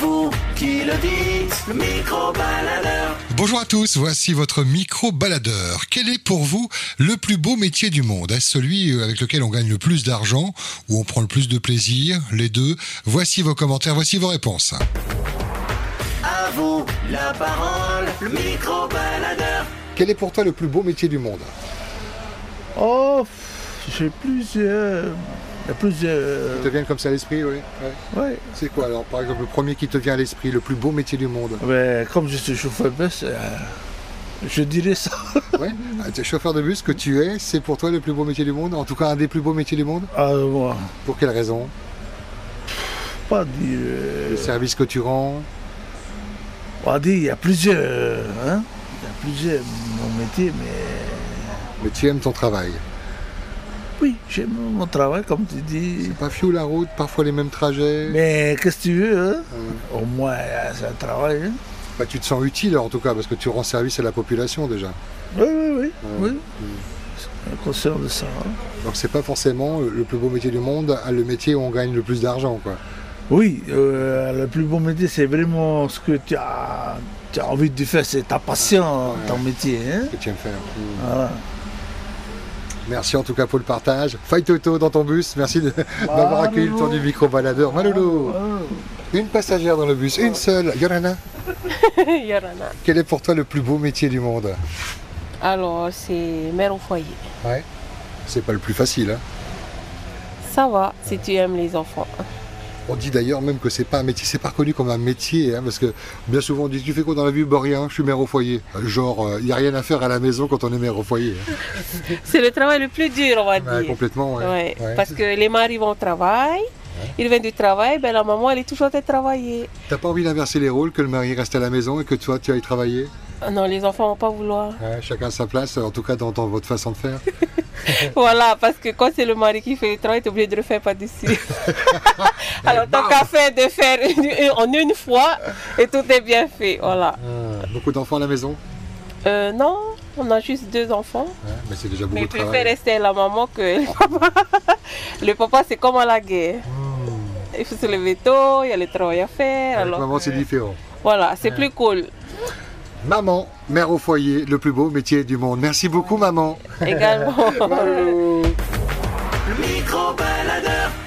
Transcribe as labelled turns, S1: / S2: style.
S1: vous qui le dites, le micro-baladeur.
S2: Bonjour à tous, voici votre micro-baladeur. Quel est pour vous le plus beau métier du monde Est-ce celui euh, avec lequel on gagne le plus d'argent ou on prend le plus de plaisir Les deux Voici vos commentaires, voici vos réponses.
S1: À vous la parole, le micro-baladeur.
S2: Quel est pour toi le plus beau métier du monde
S3: Oh, j'ai plusieurs. Il y a plusieurs.
S2: Ils te viennent comme ça à l'esprit, oui. ouais.
S3: Ouais.
S2: C'est quoi alors Par exemple, le premier qui te vient à l'esprit, le plus beau métier du monde
S3: Mais comme je suis chauffeur de bus, euh, je dirais ça.
S2: Ouais. Ah, t'es Chauffeur de bus que tu es, c'est pour toi le plus beau métier du monde En tout cas, un des plus beaux métiers du monde
S3: Ah, moi,
S2: Pour quelle raison
S3: pas dire. euh,
S2: Le service que tu rends
S3: on va dire, il y a plusieurs. euh, Hein il y a plusieurs mon métier, mais.
S2: Mais tu aimes ton travail.
S3: Oui, j'aime mon travail, comme tu dis.
S2: Pas fiou la route, parfois les mêmes trajets.
S3: Mais qu'est-ce que tu veux, hein Au moins, euh, c'est un travail. hein.
S2: Bah, tu te sens utile en tout cas, parce que tu rends service à la population déjà.
S3: Oui, oui, oui. oui. C'est conscient de ça. hein.
S2: Donc c'est pas forcément euh, le plus beau métier du monde, euh, le métier où on gagne le plus d'argent. quoi.
S3: Oui, euh, le plus beau métier, c'est vraiment ce que tu as, tu as envie de faire, c'est ta passion, ton métier. Hein
S2: Que tu aimes faire. Mm.
S3: Voilà.
S2: Merci en tout cas pour le partage. Faille Toto dans ton bus, merci de- d'avoir accueilli le temps du micro-baladeur. Malolo Une passagère dans le bus, une seule. Yorana,
S4: Yorana.
S2: quel est pour toi le plus beau métier du monde
S4: Alors, c'est mère au foyer.
S2: Ouais. C'est pas le plus facile. hein.
S4: Ça va si tu aimes les enfants.
S2: On dit d'ailleurs même que c'est pas un métier, c'est pas reconnu comme un métier, hein, parce que bien souvent on dit tu fais quoi dans la vie Bah, rien, je suis mère au foyer. Euh, Genre, il n'y a rien à faire à la maison quand on est mère au foyer. hein.
S4: C'est le travail le plus dur, on va
S2: Ouais,
S4: dire.
S2: complètement, ouais.
S4: Ouais,
S2: Ouais.
S4: Parce que les maris vont au travail, ils viennent du travail, ben la maman elle est toujours à travailler.
S2: T'as pas envie d'inverser les rôles, que le mari reste à la maison et que toi tu ailles travailler
S4: Ah Non, les enfants vont pas vouloir.
S2: Ouais, Chacun sa place, en tout cas dans, dans votre façon de faire.
S4: voilà, parce que quand c'est le mari qui fait le travail, t'es obligé de le faire par-dessus.
S2: Eh,
S4: Alors, tant qu'à faire de faire une- en une fois et tout est bien fait, voilà.
S2: Ah, beaucoup d'enfants à la maison
S4: Euh, non, on a juste deux enfants.
S2: Ouais, Mais c'est déjà beaucoup
S4: Mais
S2: de
S4: il préfère
S2: travail.
S4: rester à la maman que le papa. Le papa, c'est comme à la guerre. Il faut se lever tôt, il y a le travail à faire.
S2: Hmm. Avec
S4: alors
S2: maman,
S4: que-
S2: c'est différent.
S4: Voilà, c'est plus cool.
S2: Maman, mère au foyer, le plus beau métier du monde. Merci beaucoup, maman.
S4: Également.
S2: Allô.
S1: Le micro-baladeur.